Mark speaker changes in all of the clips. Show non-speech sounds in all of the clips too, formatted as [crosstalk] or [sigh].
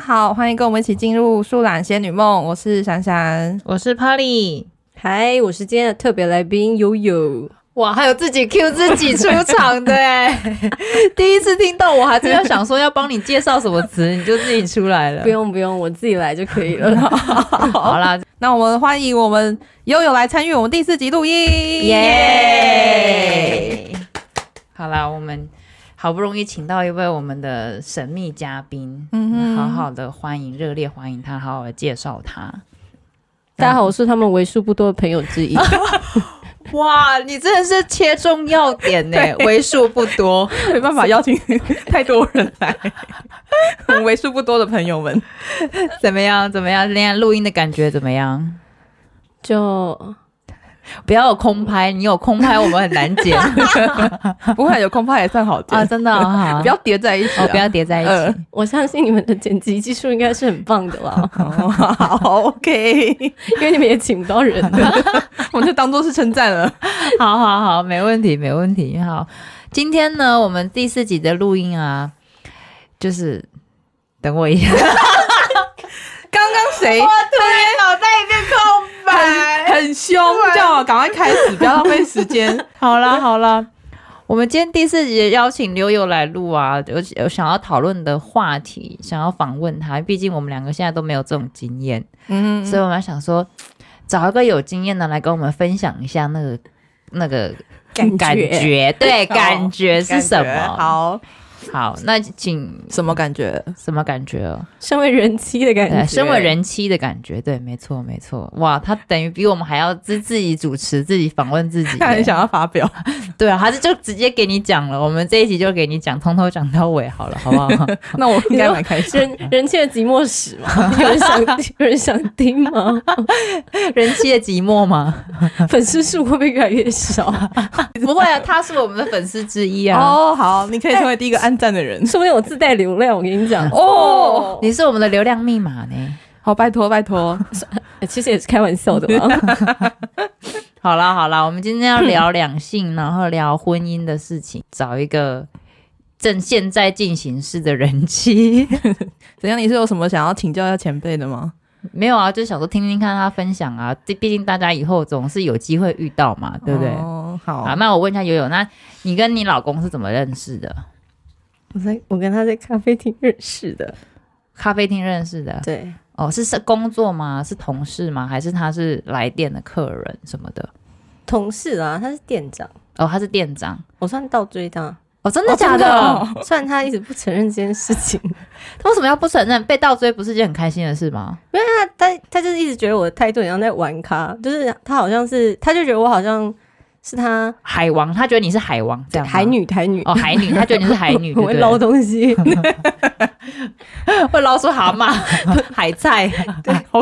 Speaker 1: 好，欢迎跟我们一起进入《树懒仙女梦》，我是闪闪。
Speaker 2: 我是 Polly，
Speaker 3: 嗨，我是今天的特别来宾悠悠。
Speaker 2: 哇，还有自己 Q 自己出场的 [laughs] 哎，第一次听到，我还真要想说要帮你介绍什么词，你就自己出来了
Speaker 3: 不。用不用，我自己来就可以 [laughs] 了。
Speaker 2: 好啦，
Speaker 1: 那我们欢迎我们悠悠来参与我们第四集录音，耶！
Speaker 2: 耶！好啦，我们好不容易请到一位我们的神秘嘉宾，
Speaker 1: 嗯哼
Speaker 2: 嗯，好好的欢迎，热烈欢迎他，好好的介绍他。
Speaker 3: 大家好，我是他们为数不多的朋友 [laughs] 之一。
Speaker 2: 哇，你真的是切中要点 [laughs] 呢，为数不 [laughs] 多。
Speaker 1: 没办法邀请 [laughs] 太多人来，我们为数不多的朋友们，
Speaker 2: 怎么样？怎么样？恋爱录音的感觉怎么样？
Speaker 3: 就
Speaker 2: 不要有空拍，你有空拍我们很难剪
Speaker 1: 不过有空拍也算 [laughs] 好
Speaker 2: 啊！
Speaker 1: 见，
Speaker 2: 真的啊，
Speaker 1: [laughs]
Speaker 2: [laughs]
Speaker 1: 不要叠在一起啊，
Speaker 2: 哦，不要叠在一起。
Speaker 1: 嗯，
Speaker 3: 我相信你们的剪辑技术应该是很棒的啦 [laughs]
Speaker 1: 哦好，OK， [laughs]
Speaker 3: 因为你们也请不到人啊的。 [laughs]
Speaker 1: 我们就当做是称赞了。
Speaker 2: [laughs] 好好好，没问题，没问题。好，今天呢，我们第四集的录音啊，就是等我一
Speaker 1: [laughs]
Speaker 2: 下，
Speaker 1: 刚刚谁
Speaker 2: 脑袋一
Speaker 1: 很。
Speaker 2: 片空
Speaker 1: 很凶，叫我赶快开始，不要浪费时
Speaker 2: [laughs]
Speaker 1: 间。
Speaker 2: 好啦好啦，我们今天第四集邀请刘友来录啊，有有想要讨论的话题，想要访问他，毕竟我们两个现在都没有这种经验，
Speaker 1: 嗯
Speaker 2: 所以我们想说找一个有经验的来跟我们分享一下那个那个
Speaker 3: 感觉
Speaker 2: 觉对，
Speaker 1: 好
Speaker 2: 哎感觉是什
Speaker 1: 感觉
Speaker 2: 么？
Speaker 1: 好，
Speaker 2: 好，那请
Speaker 1: 什么感觉？
Speaker 2: 什么感觉哦？
Speaker 3: 身为人妻的感
Speaker 2: 对，
Speaker 3: 觉，
Speaker 2: 身为人妻的感觉，对，没错，没错。哇，他等于比我们还要自自己主持、自己访问自己耶。
Speaker 1: 他很想要发表，
Speaker 2: 对啊，还是就直接给你讲了。我们这一集就给你讲，从头讲到尾好了，好不好？ [laughs]
Speaker 1: 那我应该蛮开心。
Speaker 3: 人人妻的寂寞史嘛，有人想 [laughs] 有人想听吗？
Speaker 2: 人妻的寂寞 [laughs] 吗？
Speaker 3: 粉丝数会不会越来越 [laughs] 少？
Speaker 2: 不会啊，他是我们的粉丝之一啊。
Speaker 1: 哦，好，你可以成为第一个按赞的人。
Speaker 3: 说不定我自带流量，我跟你讲
Speaker 1: 哦
Speaker 3: 哦。
Speaker 2: 你是我们的流量密码呢。
Speaker 1: 好，拜托，拜托，
Speaker 3: 其实也是开玩笑的啦。
Speaker 2: 好啦好啦，我们今天要聊两性，然后聊婚姻的事情，找一个正现在进行式的人妻。 [laughs]
Speaker 1: 怎样？你是有什么想要请教一下前辈的吗？
Speaker 2: 没有啊，就想说听听看他分享啊，这毕竟大家以后总是有机会遇到嘛，对不对？
Speaker 1: 哦，
Speaker 2: 好，
Speaker 1: 好，
Speaker 2: 那我问一下悠悠，那你跟你老公是怎么认识的？
Speaker 3: [laughs] 我在我跟他在咖啡厅认识的，
Speaker 2: 咖啡厅认识的？
Speaker 3: 对，
Speaker 2: 哦，是是工作吗？是同事吗？还是他是来电的客人什么的？
Speaker 3: 同事啊，他是店长，
Speaker 2: 哦，他是店长。
Speaker 3: 我算倒追他，
Speaker 2: 哦，真的假
Speaker 1: 真
Speaker 2: 的？
Speaker 1: 的哦
Speaker 3: [laughs] 虽然他一直不承认这件事 [laughs] 情，
Speaker 2: 他为什么要不承认？被倒追不是一件很开心的事吗？
Speaker 3: 他他他就是一直觉得我的态度很像在玩咖，就是他好像是，他就觉得我好像是他
Speaker 2: 海王，他觉得你是海王，这样吗
Speaker 3: 海女台女，
Speaker 2: 哦，海女，他觉得你是海 [laughs] 女，对
Speaker 3: 我
Speaker 2: 不
Speaker 3: 会
Speaker 2: 对
Speaker 3: 捞东 [laughs] 西，
Speaker 2: 会捞出蛤蟆、 [laughs] 海 [laughs] 菜、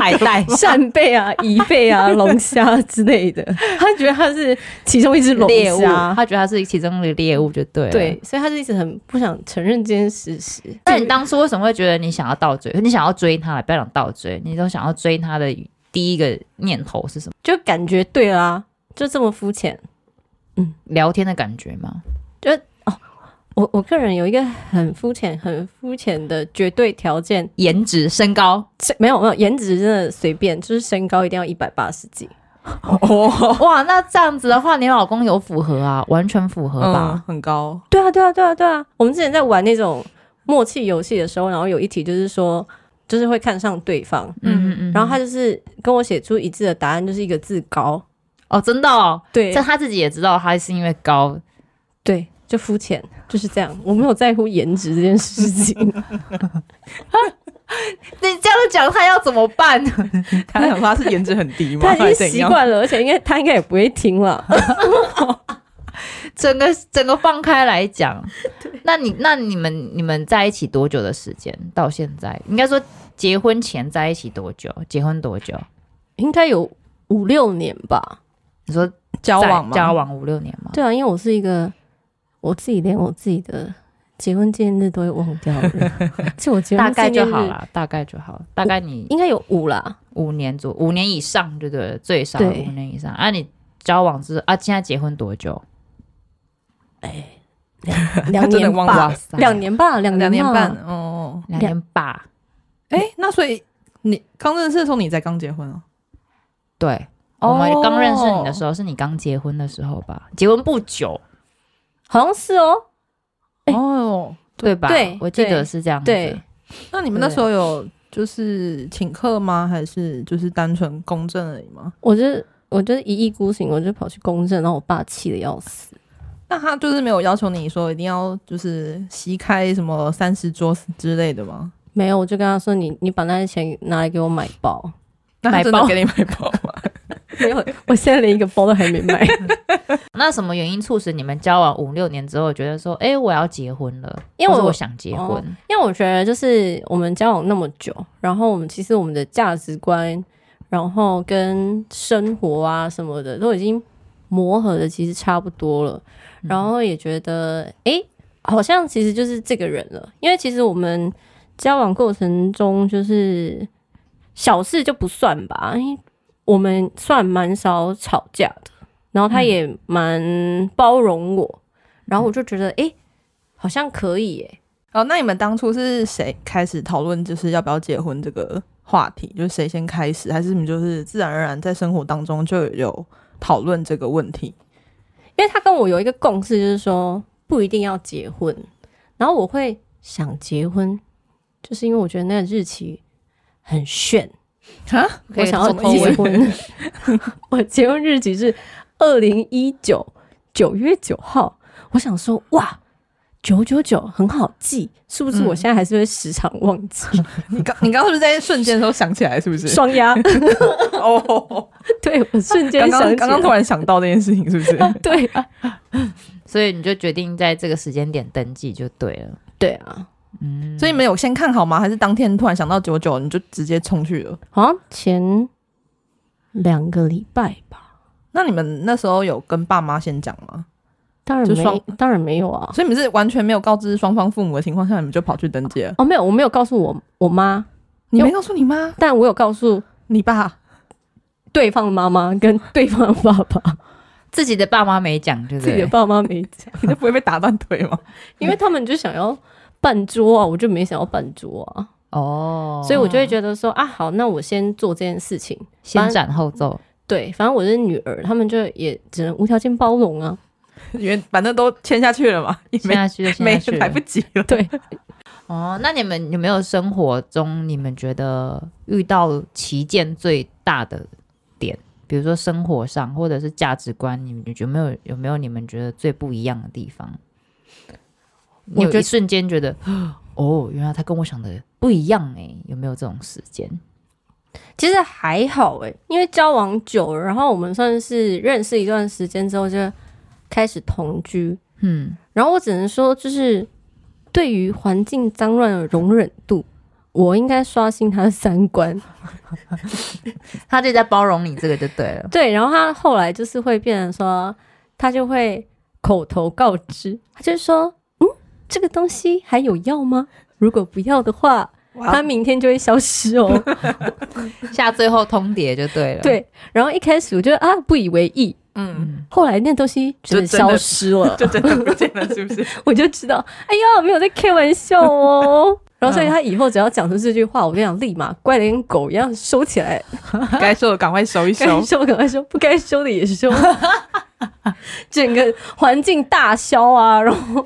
Speaker 2: 海带。
Speaker 3: 扇贝 [laughs] 啊、贻贝啊、龙虾之类的，他觉得他是其中一只龙
Speaker 2: 猎物，
Speaker 3: 虾。
Speaker 2: 他觉得他是其中的猎物就对了。
Speaker 3: 对，，所以他就一直很不想承认这件事实。
Speaker 2: 那你当初为什么会觉得你想要倒追？你想要追他，不要讲倒追，你都想要追他的第一个念头是什么？
Speaker 3: 就感觉对啦、就这么肤浅。
Speaker 2: 聊天的感觉吗？
Speaker 3: 我我个人有一个很肤浅、很肤浅的绝对条件，
Speaker 2: 颜值、身高，
Speaker 3: 这没有没有颜值真的随便，就是身高一定要一百八十几。
Speaker 1: 哦，
Speaker 2: [laughs] 哇，那这样子的话，你老公有符合啊，完全符合
Speaker 1: 嗯
Speaker 2: 吧？，
Speaker 1: 很高，
Speaker 3: 对啊，对啊，对啊，对啊！我们之前在玩那种默契游戏的时候，然后有一题就是说，就是会看上对方，
Speaker 2: 嗯嗯嗯。
Speaker 3: 然后他就是跟我写出一致的答案，就是一个字高。
Speaker 2: 哦，真的哦，
Speaker 3: 对
Speaker 2: 这他自己也知道，他是因为高。
Speaker 3: 对，就肤浅，就是这样。我没有在乎颜值这件事情，
Speaker 2: 你这样讲，他要怎么办？ [laughs]
Speaker 1: 他想说他是颜值很低吗？
Speaker 3: 他
Speaker 1: 还
Speaker 3: 已
Speaker 1: 是
Speaker 3: 经
Speaker 1: 怎
Speaker 3: 习
Speaker 1: 样？
Speaker 3: 惯了，而且应该他应该也不会听了。 [laughs]
Speaker 2: 整个整个放开来讲，那你那你们你们在一起多久的时间？到现在应该说结婚前在一起多久？结婚多久？
Speaker 3: 应该有五六年吧？
Speaker 2: 你说
Speaker 1: 交
Speaker 2: 在
Speaker 1: 往吗？
Speaker 2: 交往五六年吗？
Speaker 3: 对啊，因为我是一个我自己连我自己的结婚纪念日都会忘掉的人，就我结婚
Speaker 2: 大概
Speaker 3: 纪念
Speaker 2: 就
Speaker 3: 日
Speaker 2: 好，啦，大概就好了，大概你
Speaker 3: 应该有五
Speaker 2: [laughs]
Speaker 3: 啦。
Speaker 2: 五年左五年以上，对不对？最少
Speaker 3: 对
Speaker 2: 五年以上。啊，你交往之啊，现在结婚多久？
Speaker 3: 两
Speaker 1: 真的
Speaker 3: 年
Speaker 1: 忘
Speaker 3: 吧
Speaker 1: 了，
Speaker 2: 塞呃
Speaker 3: 两年吧，两
Speaker 1: 两年
Speaker 3: 吧
Speaker 1: 半，哦，
Speaker 2: 两年吧。
Speaker 1: 哎、那所以你刚认识的时候，你才刚结婚啊？
Speaker 2: 对，
Speaker 1: 哦
Speaker 2: 我们刚认识你的时候，是你刚结婚的时候吧？结婚不久，
Speaker 3: 好像是哦。
Speaker 1: 哦，
Speaker 2: 对吧？
Speaker 3: 对
Speaker 2: 我记
Speaker 3: 对
Speaker 2: 得是这样子。
Speaker 3: 对
Speaker 1: 那你们那时候有就是请客吗？还是就是单纯公证而已吗？
Speaker 3: 我就是我就是一意孤行，我就跑去公证，然后我爸气的要死。
Speaker 1: 那他就是没有要求你说一定要就是席开什么三十桌之类的吗？
Speaker 3: 没有，我就跟他说你你把那些钱拿来给我买包。 [laughs]
Speaker 1: 那他真
Speaker 2: 买
Speaker 1: 的
Speaker 2: 包
Speaker 1: 给你买包吗？ [laughs]
Speaker 3: 没有，我现在连一个包都还没买。
Speaker 2: 那什么原因促使你们交往五六年之后，觉得说，哎、我要结婚了，
Speaker 3: 因为
Speaker 2: 或是
Speaker 3: 我
Speaker 2: 我想结婚，
Speaker 3: 哦因为我觉得就是我们交往那么久，然后我们其实我们的价值观，然后跟生活啊什么的都已经磨合的其实差不多了，然后也觉得诶，好像其实就是这个人了，因为其实我们交往过程中就是小事就不算吧，因为我们算蛮少吵架的，然后他也蛮包容我，然后我就觉得诶，好像可以耶、
Speaker 1: 哦，那你们当初是谁开始讨论就是要不要结婚这个话题？就是谁先开始，还是你们就是自然而然在生活当中就有讨论这个问
Speaker 3: [laughs]
Speaker 1: 题？
Speaker 3: 因为他跟我有一个共识，就是说不一定要结婚。然后我会想结婚，就是因为我觉得那个日期很炫，
Speaker 1: 啊，
Speaker 2: 可
Speaker 3: 我
Speaker 2: 以
Speaker 3: 想要
Speaker 2: 从头
Speaker 3: 结
Speaker 2: 尾
Speaker 3: 婚。 [laughs] 我结婚日期是二零一九九月九号，我想说哇。九九九很好记，是不是？我现在还是会时常忘记，
Speaker 1: 你刚你刚刚是不是在瞬间的时候想起来，嗯是不
Speaker 3: [laughs]
Speaker 1: 是？
Speaker 3: 双
Speaker 1: [laughs]
Speaker 3: 压。
Speaker 1: 哦，
Speaker 3: 对我瞬间
Speaker 1: 刚
Speaker 3: 想
Speaker 1: 刚
Speaker 3: 起来
Speaker 1: 刚刚突然想到这件事情，是不
Speaker 3: [laughs]
Speaker 1: 是？
Speaker 3: 对
Speaker 2: [laughs]
Speaker 3: 啊
Speaker 2: 所以你就决定在这个时间点登记就对了。
Speaker 3: 对啊，
Speaker 2: 嗯，
Speaker 1: 所以你们有先看好吗？还是当天突然想到九九，你就直接冲去了？
Speaker 3: 好像前两个礼拜吧，
Speaker 1: 那你们那时候有跟爸妈先讲吗？
Speaker 3: 当然
Speaker 1: 就
Speaker 3: 没
Speaker 1: 双，
Speaker 3: 当然没有啊。
Speaker 1: 所以你们是完全没有告知双方父母的情况下，你们就跑去登记了？
Speaker 3: 哦，没有，我没有告诉我我妈，
Speaker 1: 你没告诉你妈、
Speaker 3: 但我有告诉
Speaker 1: 你爸？ [laughs]
Speaker 3: 对方的妈妈跟对方的爸爸，
Speaker 2: 自己的爸妈没讲，对不
Speaker 3: 自己的
Speaker 2: 对？
Speaker 3: 爸妈没讲，
Speaker 1: 你就不会被打断腿吗？ [laughs]
Speaker 3: 因为他们就想要办桌啊，我就没想要办桌啊，
Speaker 2: 哦，
Speaker 3: 所以我就会觉得说啊，好，那我先做这件事情。
Speaker 2: 先斩后奏。
Speaker 3: 对，反正我是女儿，他们就也只能无条件包容啊。
Speaker 1: 因为反正都签下去了嘛，也
Speaker 2: 现
Speaker 1: 没
Speaker 2: 在去就现
Speaker 1: 没
Speaker 2: 在去
Speaker 1: 来不及了。
Speaker 3: 对，
Speaker 2: 哦，那你们有没有生活中你们觉得遇到旗舰最大的点？比如说生活上，或者是价值观，你们有没有有没有你们觉得最不一样的地方？
Speaker 3: 我
Speaker 2: 你有
Speaker 3: 觉得
Speaker 2: 一瞬间觉得，哦，原来他跟我想的不一样哎、有没有这种时间？
Speaker 3: 其实还好诶、因为交往久了，然后我们算是认识一段时间之后就开始同居，
Speaker 2: 嗯，
Speaker 3: 然后我只能说，就是对于环境脏乱的容忍度，我应该刷新他的三观。
Speaker 2: 他就在包容你这个就对了。
Speaker 3: 对，然后他后来就是会变成说，他就会口头告知，他就说，嗯，这个东西还有要吗？如果不要的话，
Speaker 1: 哦
Speaker 3: 它明天就会消失哦。
Speaker 2: 下最后通牒就对了。，
Speaker 3: [laughs] 对，然后一开始我就啊不以为意，
Speaker 1: 嗯，
Speaker 3: 后来那东西真的
Speaker 1: 就真
Speaker 3: 消
Speaker 1: 的
Speaker 3: 失了，
Speaker 1: 就真的不见了，是不 [laughs] 是？
Speaker 3: 我就知道，哎呀，没有在开玩笑哦。然后所以他以后只要讲出这句话，我就想立马乖的跟狗一样收起来，
Speaker 1: 该收的赶快收一
Speaker 3: 该
Speaker 1: 收。
Speaker 3: 收赶快收，不该收的也收。 [laughs] 整个环境大消啊，然后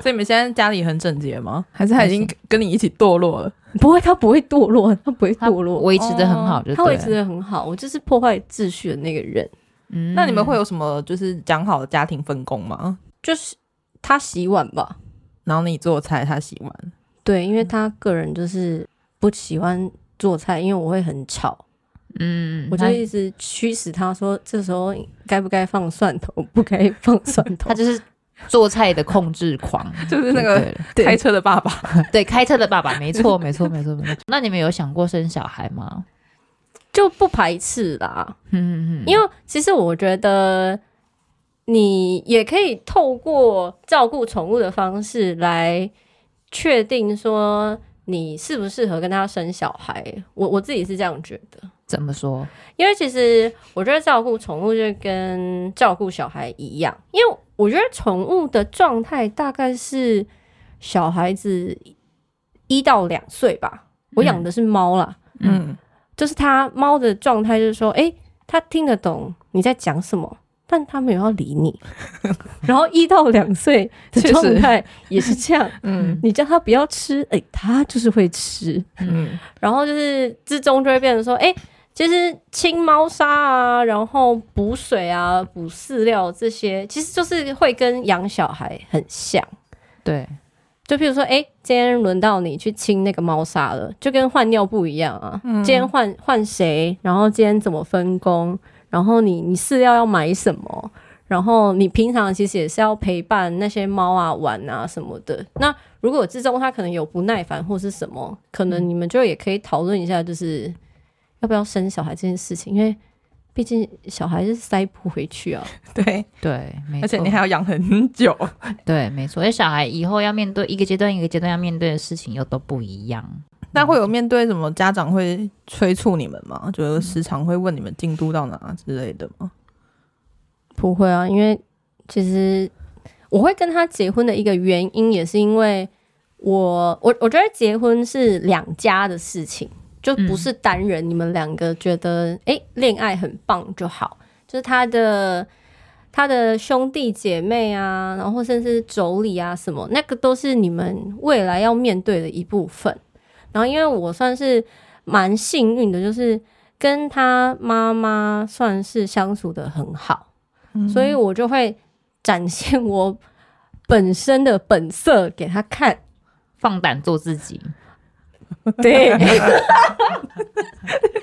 Speaker 1: 所以你们现在家里很整洁吗？还是他已经跟你一起堕落了？
Speaker 3: 不会，他不会堕落，他不会
Speaker 2: 他
Speaker 3: 堕落，哦
Speaker 2: 维持的很好就对了。
Speaker 3: 他维持的很好。我就是破坏秩序的那个人，
Speaker 2: 嗯
Speaker 1: 那你们会有什么就是讲好的家庭分工吗？
Speaker 3: 就是他洗碗吧，
Speaker 1: 然后你做菜，他洗碗。
Speaker 3: 对，因为他个人就是不喜欢做菜，因为我会很吵。
Speaker 2: 嗯，
Speaker 3: 我就
Speaker 2: 他
Speaker 3: 一直驱使他说，这时候该不该放蒜头，不该放蒜头。
Speaker 2: 他就是做菜的控制狂，
Speaker 3: [laughs]
Speaker 1: 就是那
Speaker 2: 就
Speaker 1: 个
Speaker 2: 对了
Speaker 3: 对
Speaker 1: 开车的爸爸，
Speaker 2: 对，开车的爸爸，没错，没错，没错，没错。那你们有想过生小孩吗？
Speaker 3: 就不排斥啦，
Speaker 2: 嗯嗯
Speaker 3: 因为其实我觉得你也可以透过照顾宠物的方式来确定说你适不适合跟他生小孩。我我自己是这样觉得，
Speaker 2: 怎么说？
Speaker 3: 因为其实我觉得照顾宠物就跟照顾小孩一样，因为我觉得宠物的状态大概是小孩子一到两岁吧，我养的是猫啦，
Speaker 1: 嗯，
Speaker 3: 就是它猫的状态就是说，诶，它听得懂你在讲什么，但它没有要
Speaker 1: [laughs]
Speaker 3: 理你。然后一到两岁的
Speaker 1: 确实
Speaker 3: 状态也是这样，
Speaker 1: 嗯
Speaker 3: 你叫它不要吃，诶，它就是会吃。
Speaker 1: 嗯
Speaker 3: 然后就是之中就会变成说，诶，其实清猫砂啊，然后补水啊、补饲料这些，其实就是会跟养小孩很像。
Speaker 2: 对，
Speaker 3: 就譬如说，哎、今天轮到你去清那个猫砂了，就跟换尿布一样啊。今天换换谁，然后今天怎么分工，然后你你饲料要买什么，然后你平常其实也是要陪伴那些猫啊玩啊什么的。那如果之中它可能有不耐烦或是什么，可能你们就也可以讨论一下，就是要不要生小孩这件事情，因为毕竟小孩是塞不回去啊。
Speaker 1: 对，
Speaker 2: 对，没错。
Speaker 1: 而且你还要养很久，
Speaker 2: 对，没错。因为小孩以后要面对一个阶段一个阶段要面对的事情又都不一样。
Speaker 1: 那会有面对什么家长会催促你们吗？就是时常会问你们进度到哪之类的吗？
Speaker 3: 不会啊，因为其实我会跟他结婚的一个原因，也是因为我我我觉得结婚是两家的事情，就不是单人、你们两个觉得诶恋爱很棒就好，就是他的他的兄弟姐妹啊，然后甚至是妯娌啊什么，那个都是你们未来要面对的一部分。然后因为我算是蛮幸运的，就是跟他妈妈算是相处的很好。
Speaker 1: 嗯
Speaker 3: 所
Speaker 2: 嗯
Speaker 3: 以我就会展现我本身的本色给他看。
Speaker 2: 放胆做自己， [laughs]
Speaker 3: 对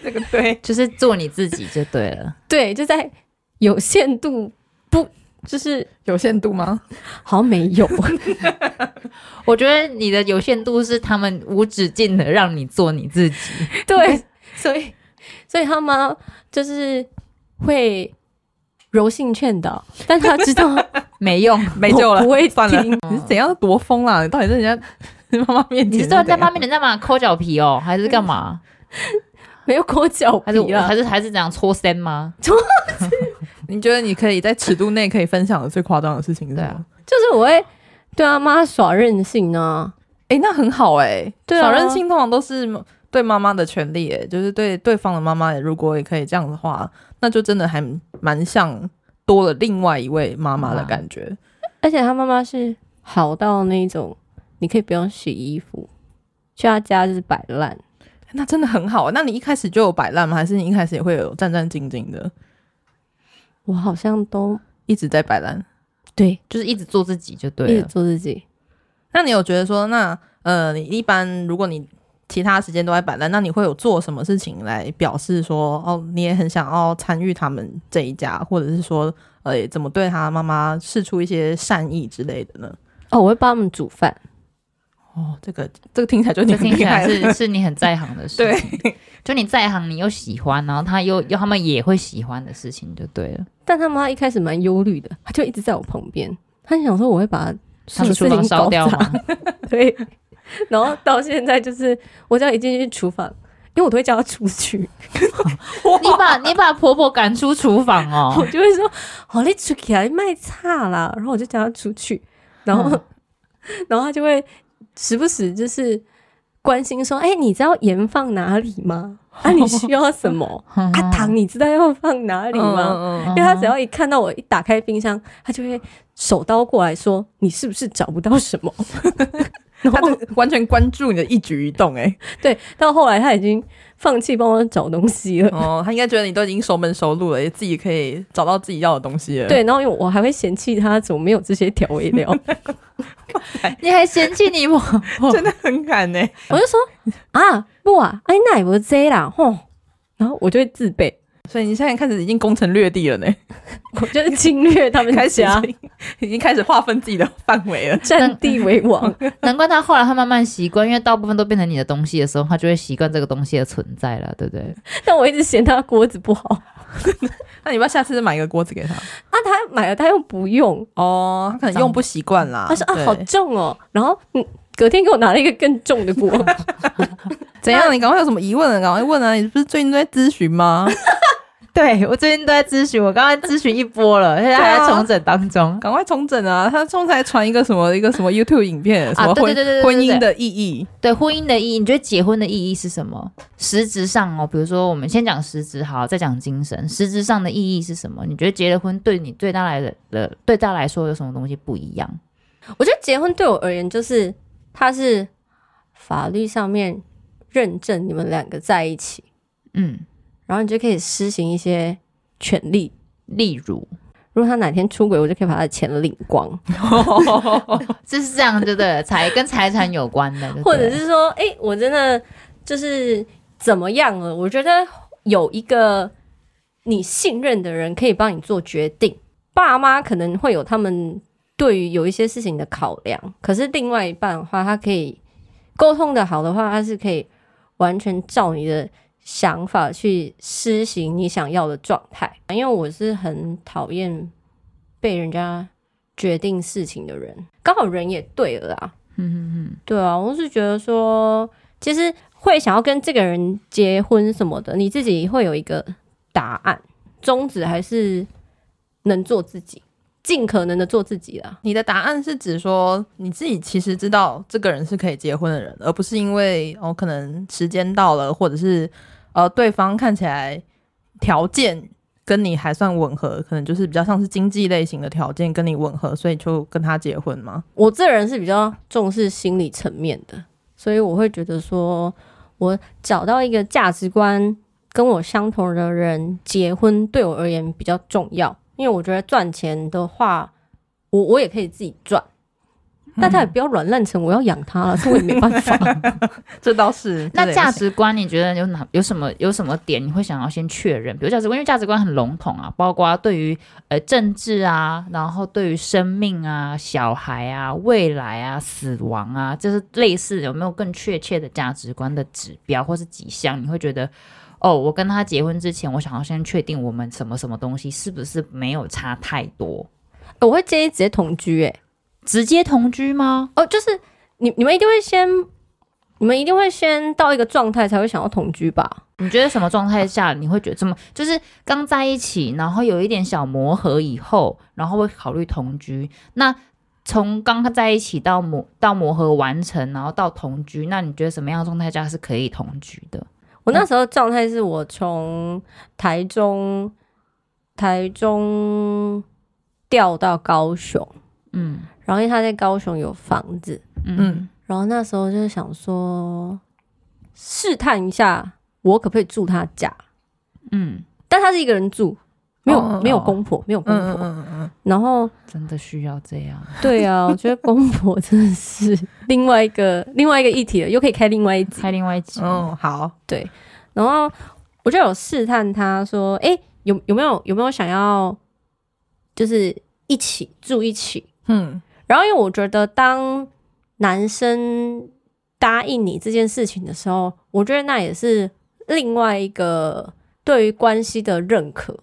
Speaker 1: 这个对，
Speaker 2: 就是做你自己就对了。 [laughs]
Speaker 3: 对，就在有限度不就是
Speaker 1: [laughs] 有限度 [laughs] 吗？
Speaker 3: 好像没
Speaker 2: [laughs]
Speaker 3: 有，
Speaker 2: 我觉得你的有限度是他们无止境的让你做你自己。
Speaker 3: 对，所以所以他妈就是会柔性劝导，但他
Speaker 2: [laughs]
Speaker 3: 知道
Speaker 2: 没用，
Speaker 1: [laughs] 没救了，
Speaker 3: 我不会
Speaker 1: 算了。
Speaker 3: 听
Speaker 1: 你是怎样多疯啦？你到底在人家 [laughs] 妈妈面前
Speaker 2: 你
Speaker 1: 怎
Speaker 2: 是在
Speaker 1: 样
Speaker 2: 在妈面前干嘛抠脚皮哦，还是干嘛？
Speaker 3: 没有裹脚
Speaker 1: [laughs]
Speaker 2: 还是
Speaker 3: 皮啊了
Speaker 2: 还，是还是怎样搓身吗？
Speaker 1: 你觉得你可以在尺度内可以分享的最夸张的事情是什
Speaker 2: 对
Speaker 1: 么
Speaker 2: 啊？
Speaker 3: 就是我会对他妈耍任性啊呢、
Speaker 1: 哎、那很好哎、
Speaker 3: 对啊
Speaker 1: 小任性通常都是对妈妈的权利、欸，就是对对方的妈妈，如果也可以这样的话，那就真的还蛮像多了另外一位妈妈的感觉。
Speaker 3: 而且他妈妈是好到那一种，你可以不用洗衣服，去他家就是摆烂。
Speaker 1: 那真的很好、啊。那你一开始就有摆烂吗？还是你一开始也会有战战兢兢的，
Speaker 3: 我好像都
Speaker 1: 一直在摆烂？
Speaker 3: 对，
Speaker 2: 就是一直做自己就
Speaker 3: 一
Speaker 2: 对啊
Speaker 3: 直
Speaker 2: 了。
Speaker 3: 做自己。
Speaker 1: 那你有觉得说，那呃，你一般如果你其他时间都在摆烂，那你会有做什么事情来表示说，哦，你也很想要参与他们这一家，或者是说，呃，怎么对他妈妈示出一些善意之类的呢？
Speaker 3: 哦，我会帮他们煮饭，
Speaker 1: 哦，这个这个听起来就你
Speaker 2: [laughs] 这
Speaker 1: 很
Speaker 2: 听起
Speaker 1: 厉害
Speaker 2: 来是
Speaker 1: 了，
Speaker 2: 是你很在行的事情，就你在行，你又喜欢，然后他又又他们也会喜欢的事情就对了。
Speaker 3: 但他妈一开始蛮忧虑的，他就一直在我旁边，他想说我会把
Speaker 2: 他
Speaker 3: 他
Speaker 2: 们
Speaker 3: 是
Speaker 2: 厨房烧掉吗？ [laughs]
Speaker 3: [laughs] 对，然后到现在就是我只要一进去厨房，因为我都会叫他出去，
Speaker 2: 你把你把婆婆赶出厨房 [laughs]
Speaker 3: 我
Speaker 2: 哦，
Speaker 3: 就会说好你出去啊，你卖差啦，然后我就叫他出去，然后、
Speaker 2: 嗯
Speaker 3: [laughs] 然后他就会时不时就是关心说，哎、你知道盐放哪里吗？啊，你需要什么？
Speaker 2: 嗯
Speaker 3: 啊，糖你知道要放哪里吗？
Speaker 1: 嗯嗯嗯
Speaker 3: 因为他只
Speaker 2: 哦
Speaker 3: 要一看到我一打开冰箱，他就会手刀过来说：“你是不是找不到什么
Speaker 1: 他就完全关注你的一举一动、欸，？”
Speaker 3: 对，到后来他已经放弃帮我找东西了。
Speaker 1: 哦，他应该觉得你都已经熟门熟路了，也自己可以找到自己要的东西了。，
Speaker 3: 对，然后因为我还会嫌弃他怎么没有这些调味料，
Speaker 2: [laughs]
Speaker 3: [laughs]
Speaker 2: 你还嫌弃你婆
Speaker 1: [laughs]
Speaker 2: 婆？
Speaker 1: 真的很敢呢、欸
Speaker 3: 我就说啊不啊，哎那也不是这啦吼，然后我就会自卑，
Speaker 1: 所以你现在开始已经攻城略地了呢、
Speaker 3: 我就是侵略他们
Speaker 1: [laughs] 开始啊
Speaker 3: 家
Speaker 1: 已，经 [laughs] 已经开始划分自己的范围 [laughs] 了。
Speaker 3: 占地为王。
Speaker 2: 难怪他后来会慢慢习惯，因为大部分都变成你的东西的时候，他就会习惯这个东西的存在了，对不对？
Speaker 3: 但我一直嫌他锅子不好，
Speaker 1: 那你要不要下次买一个锅子给他？
Speaker 3: 啊他买了他又不用，
Speaker 1: 哦，他可能用不习惯啦。
Speaker 3: 他说啊
Speaker 1: 对
Speaker 3: 好重哦，然后嗯隔天给我拿了一个更重的锅。
Speaker 1: [laughs] 怎样？你赶快有什么疑问啊？赶快问啊！你不是最近都在咨询吗？
Speaker 2: [laughs] 对我最近都在咨询，我刚刚咨询一波了，现在还在重整当中。
Speaker 1: 赶快重整啊！他刚才传一个什么一个什么 YouTube 影片，什么
Speaker 2: 对
Speaker 1: 婚
Speaker 2: 对对对对
Speaker 1: 婚
Speaker 2: 对
Speaker 1: 姻
Speaker 2: 对
Speaker 1: 的意 [laughs] 义，
Speaker 2: 对婚姻的意义，你觉得结婚的意义是什么？实质上哦，比如说我们先讲实质好，再讲精神。实质上的意义是什么？你觉得结了婚对你对他来的的对他来说有什么东西不一样？
Speaker 3: 我觉得结婚对我而言，就是它是法律上面认证你们两个在一起，
Speaker 2: 嗯，
Speaker 3: 然后你就可以施行一些权利。
Speaker 2: 例如
Speaker 3: 如果他哪天出轨，我就可以把他的钱领光，
Speaker 1: 哦
Speaker 2: 这是这样，对不对？财跟财产有关的，对不对
Speaker 3: 或者是说，哎、我真的就是怎么样了？我觉得有一个你信任的人可以帮你做决定。爸妈可能会有他们对于有一些事情的考量，可是另外一半的话，他可以沟通的好的话，他是可以完全照你的想法去施行你想要的状态。因为我是很讨厌被人家决定事情的人，刚好人也对了啊。嗯嗯嗯，对啊，我是觉得说，其实会想要跟这个人结婚什么的，你自己会有一个答案，宗旨还是能做自己，尽可能的做自己啦。
Speaker 1: 你的答案是指说你自己其实知道这个人是可以结婚的人，而不是因为哦可能时间到了，或者是呃对方看起来条件跟你还算吻合，可能就是比较像是经济类型的条件跟你吻合，所以就跟他结婚吗？
Speaker 3: 我这人是比较重视心理层面的，所以我会觉得说，我找到一个价值观跟我相同的人结婚，对我而言比较重要，因为我觉得赚钱的话，我我也可以自己赚。但他也不要软烂成我要养他了，这我也没办法。
Speaker 1: 这倒是
Speaker 2: 那价。
Speaker 1: 这倒也是
Speaker 2: 值观，你觉得有哪有什么有什么点你会想要先确认？比如价值观，因为价值观很笼统啊，包括对于呃政治啊，然后对于生命啊、小孩啊、未来啊、死亡啊，就是类似有没有更确切的价值观的指标或是几项？你会觉得哦，我跟他结婚之前，我想要先确定我们什么什么东西是不是没有差太多？
Speaker 3: 我会建议直接同居、欸，
Speaker 2: 直接同居吗？
Speaker 3: 哦，就是你你们一定会先，你们一定会先到一个状态才会想要同居吧？
Speaker 2: 你觉得什么状态下你会觉得怎么？就是刚在一起，然后有一点小磨合以后，然后会考虑同居。那从刚刚在一起到磨到磨合完成，然后到同居，那你觉得什么样的状态下是可以同居的？
Speaker 1: 嗯
Speaker 3: 我那时候状态是我从台中台中调到高雄，
Speaker 2: 嗯
Speaker 3: 然后因为他在高雄有房子，
Speaker 2: 嗯
Speaker 3: 然后那时候就是想说试探一下我可不可以住他家，
Speaker 2: 嗯，
Speaker 3: 但他是一个人住，没有、
Speaker 1: 哦
Speaker 3: 没有公婆，没有公
Speaker 1: 嗯嗯
Speaker 3: 婆，
Speaker 1: 嗯嗯
Speaker 3: 然后
Speaker 2: 真的需要这样？ [laughs]
Speaker 3: 对啊，我觉得公婆真的是另外一个 [laughs] 另外一个议题了，又可以开另外一集。
Speaker 2: 开另外一集
Speaker 1: 嗯，嗯，好，
Speaker 3: 对，然后我就有试探他说，哎、有有没有有没有想要就是一起住一起？
Speaker 1: 嗯，
Speaker 3: 然后因为我觉得当男生答应你这件事情的时候，我觉得那也是另外一个对于关系的认可。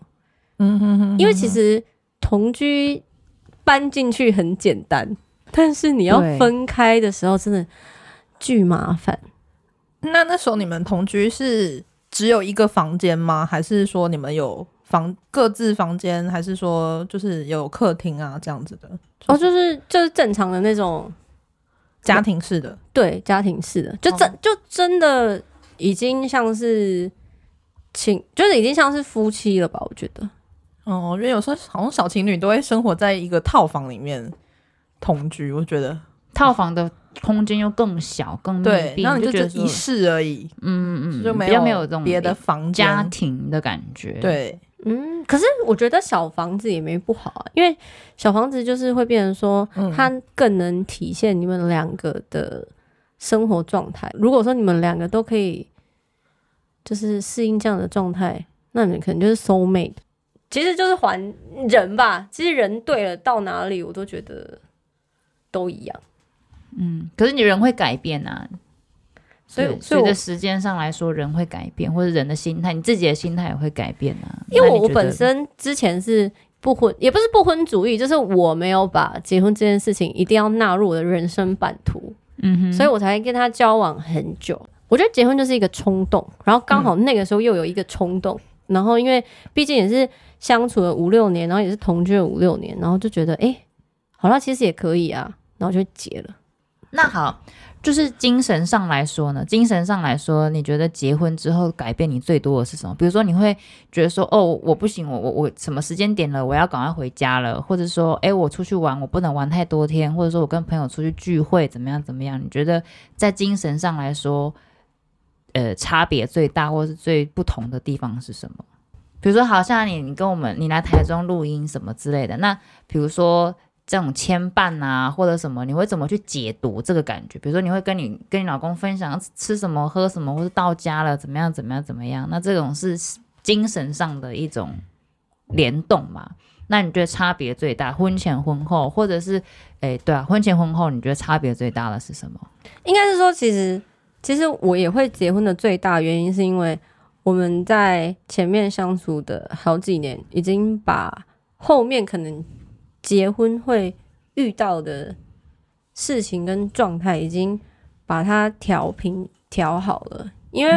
Speaker 1: 嗯哼哼，
Speaker 3: 因为其实同居搬进去很简单，但是你要
Speaker 2: 对
Speaker 3: 分开的时候真的巨麻烦。
Speaker 1: 那那时候你们同居是只有一个房间吗？还是说你们有房各自房间，还是说就是有客厅啊这样子的
Speaker 3: 哦，就是就是正常的那种
Speaker 1: 家庭式的？
Speaker 3: 对家庭式的，就
Speaker 1: 哦
Speaker 3: 真、就真的已经像是情，就是已经像是夫妻了吧？我觉得
Speaker 1: 哦，因为有时候好像小情侣都会生活在一个套房里面同居，我觉得
Speaker 2: 套房的空间又更小、更
Speaker 1: 嗯
Speaker 2: 密
Speaker 1: 对，
Speaker 2: 闭，
Speaker 1: 然后你
Speaker 2: 就
Speaker 1: 就
Speaker 2: 觉
Speaker 1: 只
Speaker 2: 得说
Speaker 1: 一室而已，
Speaker 2: 嗯嗯嗯，
Speaker 1: 就
Speaker 2: 比较没有
Speaker 1: 有
Speaker 2: 这种哎
Speaker 1: 别的房间
Speaker 2: 家。庭的感觉。，
Speaker 1: 对，
Speaker 3: 嗯，可是我觉得小房子也没不好啊，因为小房子就是会变成说，
Speaker 1: 嗯
Speaker 3: 它更能体现你们两个的生活状态。如果说你们两个都可以，就是适应这样的状态，那你们可能就是 soul mate。其实就是还人吧，其实人对了，到哪里我都觉得都一样。
Speaker 2: 嗯，可是你人会改变啊，
Speaker 3: 所以
Speaker 2: 对
Speaker 3: 所以
Speaker 2: 随
Speaker 3: 我
Speaker 2: 着时间上来说，人会改变，或者人的心态，你自己的心态也会改变啊。
Speaker 3: 因为
Speaker 2: 那
Speaker 3: 我
Speaker 2: 你
Speaker 3: 我
Speaker 2: 觉得
Speaker 3: 本身之前是不婚，也不是不婚主义，就是我没有把结婚这件事情一定要纳入我的人生版图，
Speaker 2: 嗯哼，
Speaker 3: 所以我才跟他交往很久。我觉得结婚就是一个冲动，然后刚好那个时候又有一个冲动，然后因为毕竟也是相处了五六年，然后也是同居了五六年，然后就觉得哎、诶好了，其实也可以啊，然后就结了。
Speaker 2: 那好，就是精神上来说呢，精神上来说，你觉得结婚之后改变你最多的是什么？比如说，你会觉得说，哦，我不行，我我我什么时间点了，我要赶快回家了，或者说，哎，我出去玩，我不能玩太多天，或者说我跟朋友出去聚会，怎么样怎么样？你觉得在精神上来说，呃，差别最大或是最不同的地方是什么？比如说，好像你你跟我们你来台中录音什么之类的，那比如说这种牵绊啊，或者什么，你会怎么去解读这个感觉？比如说，你会跟你跟你老公分享吃什么、喝什么，或是到家了怎么样、怎么样、怎么样？那这种是精神上的一种联动嘛？那你觉得差别最大，婚前婚后，或者是诶，对啊，婚前婚后，你觉得差别最大的是什么？
Speaker 3: 应该是说，其实其实我也会结婚的最大原因，是因为我们在前面相处的好几年，已经把后面可能结婚会遇到的事情跟状态，已经把它调平调好了。因为、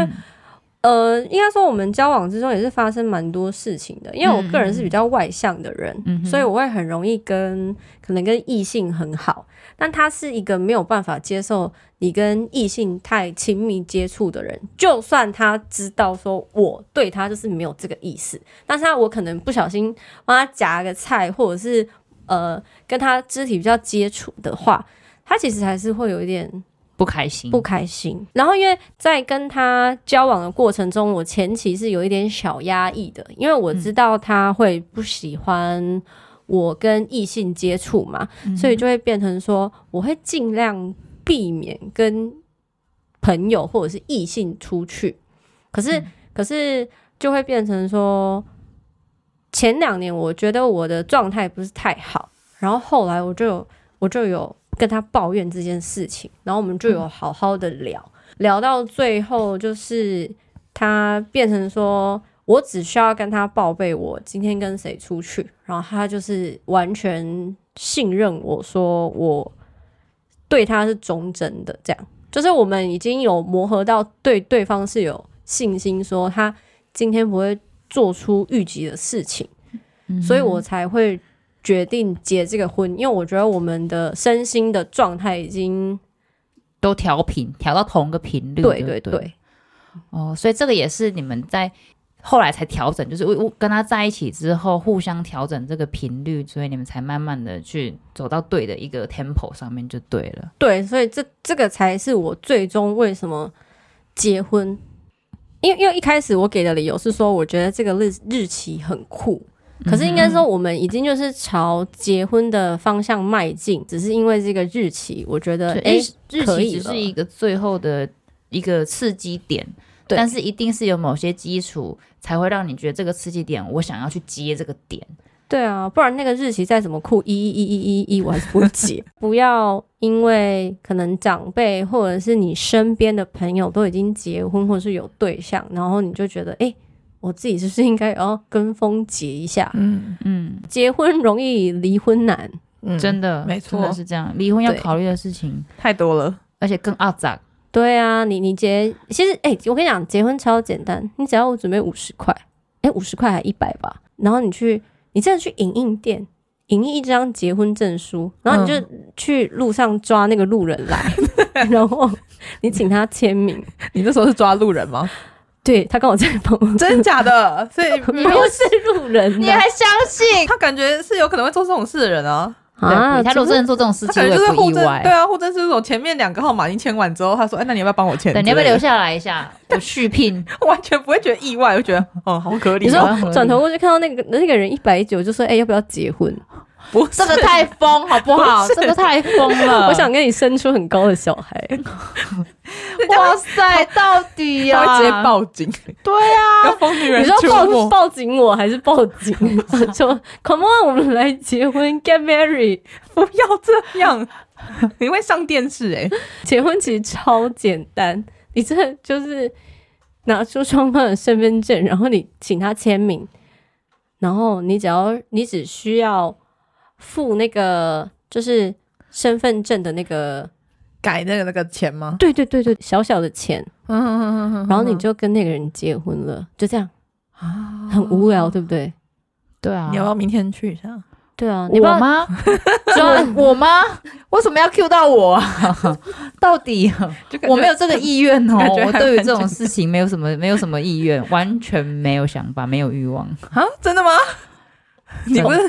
Speaker 3: 呃，应该说我们交往之中也是发生蛮多事情的。因为我个人是比较外向的人，
Speaker 2: 嗯嗯嗯
Speaker 3: 所以我会很容易跟可能跟异性很好，但他是一个没有办法接受你跟异性太亲密接触的人，就算他知道说我对他就是没有这个意思，但是他我可能不小心帮他夹个菜，或者是呃跟他肢体比较接触的话，他其实还是会有一点
Speaker 2: 不开心，
Speaker 3: 不开心。然后因为在跟他交往的过程中，我前期是有一点小压抑的，因为我知道他会不喜欢我跟异性接触嘛，所以就会变成说，我会尽量避免跟朋友或者是异性出去。可是，可是就会变成说，前两年我觉得我的状态不是太好，然后后来我就有我就有跟他抱怨这件事情，然后我们就有好好的聊，聊到最后就是他变成说。我只需要跟他报备我今天跟谁出去，然后他就是完全信任我说我对他是忠贞的，这样就是我们已经有磨合到对对方是有信心，说他今天不会做出预计的事情。
Speaker 2: 嗯哼
Speaker 3: 所以我才会决定结这个婚，因为我觉得我们的身心的状态已经
Speaker 2: 都调频，调到同一个频率，
Speaker 3: 对
Speaker 2: 不
Speaker 3: 对对，
Speaker 2: 哦，所以这个也是你们在后来才调整，就是我我跟他在一起之后，互相调整这个频率，所以你们才慢慢的去走到对的一个 tempo 上面就对了。
Speaker 3: 对，所以这这个才是我最终为什么结婚，因为因为一开始我给的理由是说，我觉得这个日日期很酷，
Speaker 2: 嗯
Speaker 3: 可是应该说我们已经就是朝结婚的方向迈进，只是因为这个日期，我觉得
Speaker 2: 对，
Speaker 3: 哎
Speaker 2: 日，日
Speaker 3: 可
Speaker 2: 期
Speaker 3: 以
Speaker 2: 只
Speaker 3: 了
Speaker 2: 是一个最后的一个刺激点，
Speaker 3: 对
Speaker 2: 但是一定是有某些基础才会让你觉得这个刺激点，我想要去接这个点。
Speaker 3: 对啊，不然那个日期再怎么酷，一一一一一一，我还是不会解。不要因为可能长辈或者是你身边的朋友都已经结婚或者是有对象，然后你就觉得，哎、我自己是不是应该也要跟风结一下？
Speaker 1: 嗯
Speaker 2: 嗯，
Speaker 3: 结婚容易，离婚难。
Speaker 1: 嗯，
Speaker 2: 真的，
Speaker 1: 没
Speaker 2: 真的
Speaker 1: 错
Speaker 2: 是这样。离婚要
Speaker 3: 对
Speaker 2: 考虑的事情，
Speaker 1: 太多了。
Speaker 2: 而且更肮脏。
Speaker 3: 对啊，你你结，其实哎、我跟你讲，结婚超简单，你只要我准备五十块，哎、五十块还一百吧，然后你去，你真的去影印店影印一张结婚证书，然后你就去路上抓那个路人来， [laughs] 然后你请他签名，
Speaker 1: 你那时候是抓路人吗？
Speaker 3: 对他跟我在旁 [laughs]
Speaker 1: [laughs]
Speaker 3: 边，
Speaker 1: 真假的？所以
Speaker 3: 不是路人
Speaker 2: 你
Speaker 3: 的
Speaker 2: 还相
Speaker 1: [laughs]
Speaker 2: 信？
Speaker 1: 他感觉是有可能会做这种事的人啊。
Speaker 3: 啊，
Speaker 2: 对他如果
Speaker 3: 真
Speaker 2: 真的做这种事
Speaker 1: 他
Speaker 2: 情，
Speaker 1: 可能
Speaker 2: 我
Speaker 1: 就
Speaker 2: 也
Speaker 1: 是
Speaker 2: 不
Speaker 1: 户
Speaker 2: 意
Speaker 1: 政
Speaker 2: 外。
Speaker 1: 对啊，户政事务所前面两个号码已经签完之后，他说：“哎，那你要不要帮我签？”
Speaker 2: 对，你要不要
Speaker 1: 之类
Speaker 2: 留
Speaker 1: 的？
Speaker 2: 下来一 [laughs] 下？我续聘，
Speaker 1: 我 [laughs] 完全不会觉得意外，我觉得哦，好可
Speaker 3: 你
Speaker 1: 怜
Speaker 2: 好
Speaker 1: 哦。
Speaker 2: 像合
Speaker 3: 说
Speaker 2: 理
Speaker 3: 转头过去看到那个那个人一百九，就说哎、要不要结婚？
Speaker 1: 不是
Speaker 2: 这个太疯好不好？这个太疯了！ [laughs]
Speaker 3: 我想跟你生出很高的小孩，
Speaker 2: 哇塞，到底
Speaker 1: [laughs]
Speaker 2: 呀、
Speaker 1: 他会直接报警，
Speaker 2: 对 [laughs]
Speaker 1: [laughs]
Speaker 2: 啊，
Speaker 1: 要疯女人
Speaker 3: [laughs] 你说
Speaker 1: 出
Speaker 3: 报
Speaker 1: [laughs] 没。
Speaker 3: 报警我还是报警？ [laughs] 就 Come on，我们来结婚，get married。
Speaker 1: 不要这 [laughs] 样，你会上电视哎、
Speaker 3: 结婚其实超简单，你真的就是拿出双方的身份证，然后你请他签名，然后你只要你只需要付那个就是身份证的那个，
Speaker 1: 改那个那个钱吗？
Speaker 2: [laughs]
Speaker 3: 对对对对，小小的钱，
Speaker 1: 嗯嗯嗯嗯
Speaker 3: 然后你就跟那个人结婚了，就这样。
Speaker 1: 啊
Speaker 3: 很无聊，对不对？
Speaker 2: 对
Speaker 1: [laughs]
Speaker 2: 啊
Speaker 1: 你要不要明天去一下？
Speaker 3: 对啊，你
Speaker 2: 我
Speaker 3: 不要
Speaker 2: [laughs] 吗？专 [laughs] 我吗？为什么要 Q 到我 [laughs] 啊？到底
Speaker 1: 就感觉
Speaker 2: 我没有这个意愿哦
Speaker 1: 感觉，
Speaker 2: 我
Speaker 1: 还
Speaker 2: 对于
Speaker 1: 蛮
Speaker 2: 这种
Speaker 1: 正
Speaker 2: 事情没有什么没有什么意愿，完全没有想法，没有欲望。
Speaker 1: 啊，真的吗？ [laughs] 你不是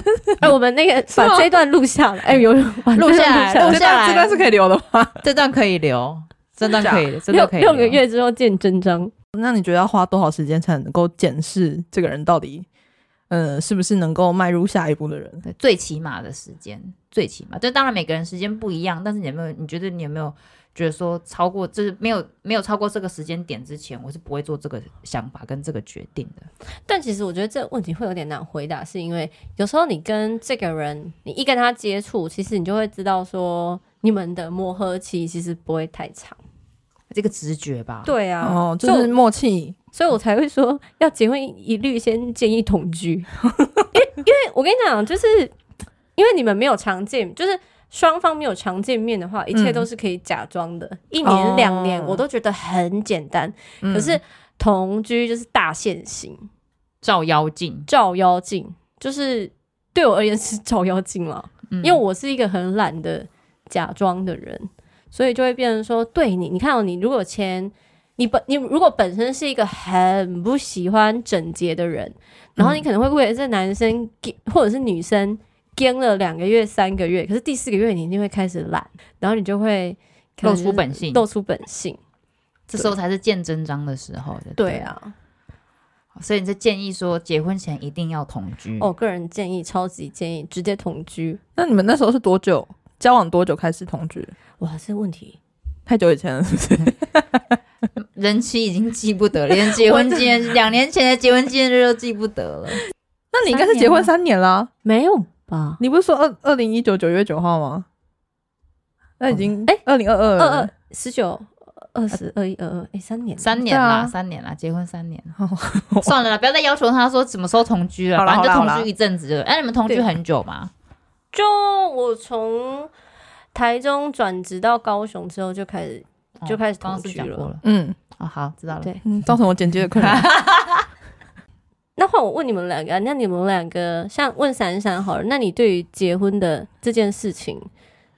Speaker 3: 哎，我们那 [laughs] 个
Speaker 1: 是吗
Speaker 3: 把这一段录下来，哎，有把这段
Speaker 2: 录下来
Speaker 1: 这
Speaker 2: 留下
Speaker 1: 段
Speaker 2: 来
Speaker 1: 这段是可以留的
Speaker 2: [laughs]
Speaker 1: 吗？
Speaker 2: 这段可以留，这段可以，这
Speaker 3: 六
Speaker 2: 段可以
Speaker 3: 六个
Speaker 2: 留。
Speaker 3: 月之后见真章。
Speaker 1: 那你觉得要花多少时间才能够检视这个人到底，呃，是不是能够迈入下一步的人？
Speaker 2: 对最起码的时间，最起码。这当然每个人时间不一样，但是你有没有？你觉得你有没有觉得说超过，就是没有没有超过这个时间点之前，我是不会做这个想法跟这个决定的。
Speaker 3: 但其实我觉得这个问题会有点难回答，是因为有时候你跟这个人，你一跟他接触，其实你就会知道说，你们的磨合期其实不会太长。
Speaker 2: 这个直觉吧。
Speaker 3: 对啊，
Speaker 1: 哦，就
Speaker 3: 所以
Speaker 1: 是
Speaker 3: 我
Speaker 1: 默契。
Speaker 3: 所以我才会说，要结婚一律先建议同居，因为 [laughs] 因为我跟你讲，就是因为你们没有常见，就是双方没有常见面的话，一切都是可以假装的，一
Speaker 1: 哦
Speaker 3: 年两年我都觉得很简单，
Speaker 1: 嗯
Speaker 3: 可是同居就是大现行，
Speaker 2: 照妖镜，
Speaker 3: 照妖镜，就是对我而言是照妖镜了。
Speaker 2: 嗯
Speaker 3: 因为我是一个很懒的假装的人，所以就会变成说，对你，你看哦，你如果签，你本你如果本身是一个很不喜欢整洁的人，然后你可能会为了这男生或者是女生跟了两个月、三个月，可是第四个月你一定会开始懒，然后你就会可能
Speaker 2: 露
Speaker 3: 就
Speaker 2: 出
Speaker 3: 是
Speaker 2: 本性，
Speaker 3: 露出本性。
Speaker 2: 这时候才是见真章的时候。
Speaker 3: 对，啊，
Speaker 2: 所以你是建议说，结婚前一定要同居。
Speaker 3: 哦我个人建议，超级建议直接同居。
Speaker 1: 那你们那时候是多久交往多久开始同居？
Speaker 3: 哇，这问题
Speaker 1: 太久以前了，是不是？
Speaker 2: 人妻已经记不得了，连结婚纪
Speaker 3: [laughs]
Speaker 2: 念两年前的结婚纪念日都记不得了。
Speaker 3: 啊
Speaker 1: 那你应该是结婚三年啦。
Speaker 3: 没有吧？
Speaker 1: 你不是说二二零一九九月九号吗？那已经
Speaker 3: 哎
Speaker 1: 二零二二
Speaker 3: 二二十九、二十、二一、二二，哎，三年，
Speaker 2: 三年啦，
Speaker 1: 对啊
Speaker 2: 三年啦，结婚
Speaker 1: [laughs]
Speaker 2: 三年。算了啦，不要再要求他说什么时候同居了，
Speaker 1: 好啦
Speaker 2: 反正
Speaker 1: 好
Speaker 2: 就
Speaker 1: 啦
Speaker 2: 同居一阵子了。哎、你们同居
Speaker 3: 对
Speaker 2: 很久吗？
Speaker 3: 就我从台中转职到高雄之后，就开始
Speaker 2: 哦
Speaker 3: 就开始
Speaker 2: 刚刚
Speaker 3: 同
Speaker 2: 是
Speaker 3: 居
Speaker 2: 讲过了。
Speaker 1: 嗯
Speaker 2: 哦，好，知道了。
Speaker 3: 对
Speaker 1: 嗯，造成我剪接的困扰。
Speaker 3: 那换我问你们两个啊，那你们两个像问闪闪好了，那你对于结婚的这件事情，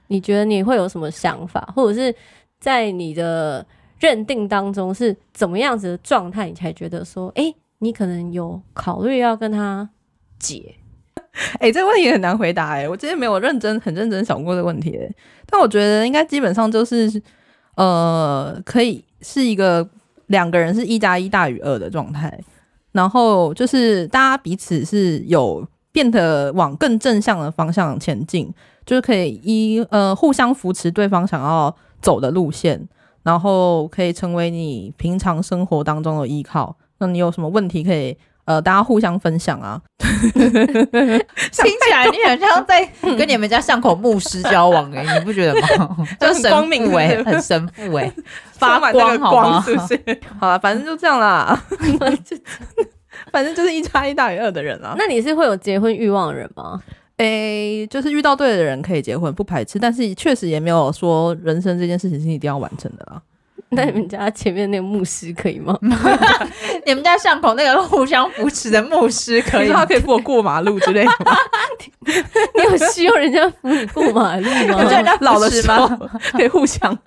Speaker 3: 你觉得你会有什么想法，或者是在你的认定当中是怎么样子的状态，你才觉得说，哎、你可能有考虑要跟他结？
Speaker 1: 哎、这个问题很难回答哎、我之前没有认真很认真想过这个问题哎、但我觉得应该基本上就是呃，可以是一个两个人是一加一大于二的状态，然后就是大家彼此是有变得往更正向的方向前进，就是可以一呃互相扶持对方想要走的路线，然后可以成为你平常生活当中的依靠。那你有什么问题可以呃大家互相分享啊？
Speaker 2: [laughs] 听起来你很像在跟你们家巷口牧师交往
Speaker 1: [laughs]
Speaker 2: 哎、你不觉得吗？就神
Speaker 1: 光明是
Speaker 2: 父
Speaker 1: 不
Speaker 2: 哎、
Speaker 1: 是
Speaker 2: 很神父哎、
Speaker 1: [laughs] 充
Speaker 2: 发
Speaker 1: 满这
Speaker 2: 光
Speaker 1: 个
Speaker 2: 好
Speaker 1: 光
Speaker 2: 吗？
Speaker 1: 是不是？ [laughs] 好了，反正就这样啦。 [laughs] 反正就是一加一大于二的人啊。
Speaker 3: 那你是会有结婚欲望的人吗？ [laughs]
Speaker 1: 诶、就是遇到对的人可以结婚，不排斥，但是确实也没有说人生这件事情是一定要完成的啦。
Speaker 3: 那你们家前面那个牧师可以吗？
Speaker 2: [laughs] 你们家巷口那个互相扶持的牧师
Speaker 1: [laughs]
Speaker 2: 可
Speaker 1: 你
Speaker 2: 以
Speaker 1: 说
Speaker 2: 吗
Speaker 1: 他可以扶我过马路之类 [laughs] 的吗？
Speaker 3: [laughs] 你有需要人家扶你过马路
Speaker 1: [laughs]
Speaker 2: 我觉得
Speaker 3: 吗？
Speaker 2: 他扶持吗
Speaker 1: 老的时候 [laughs] 可以互相。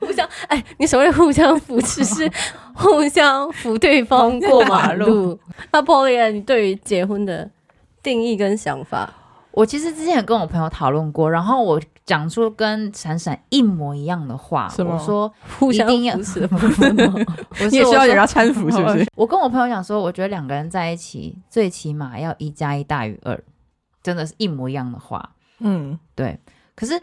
Speaker 3: 互相哎，你所谓互相扶持是互相扶对方过马路。那 Polly，你对于结婚的定义跟想法，
Speaker 2: 我其实之前有跟我朋友讨论过，然后我讲出跟闪闪一模一样的话，
Speaker 1: 什么
Speaker 2: 我说
Speaker 3: 互相
Speaker 2: 一定要
Speaker 3: 扶持的部分吗？
Speaker 2: 我是
Speaker 1: 你也需要人家
Speaker 2: 我
Speaker 1: 搀扶，是不是
Speaker 2: 说？哦我跟我朋友讲说，我觉得两个人在一起最起码要一加一大于二，真的是一模一样的话。
Speaker 1: 嗯，
Speaker 2: 对，可是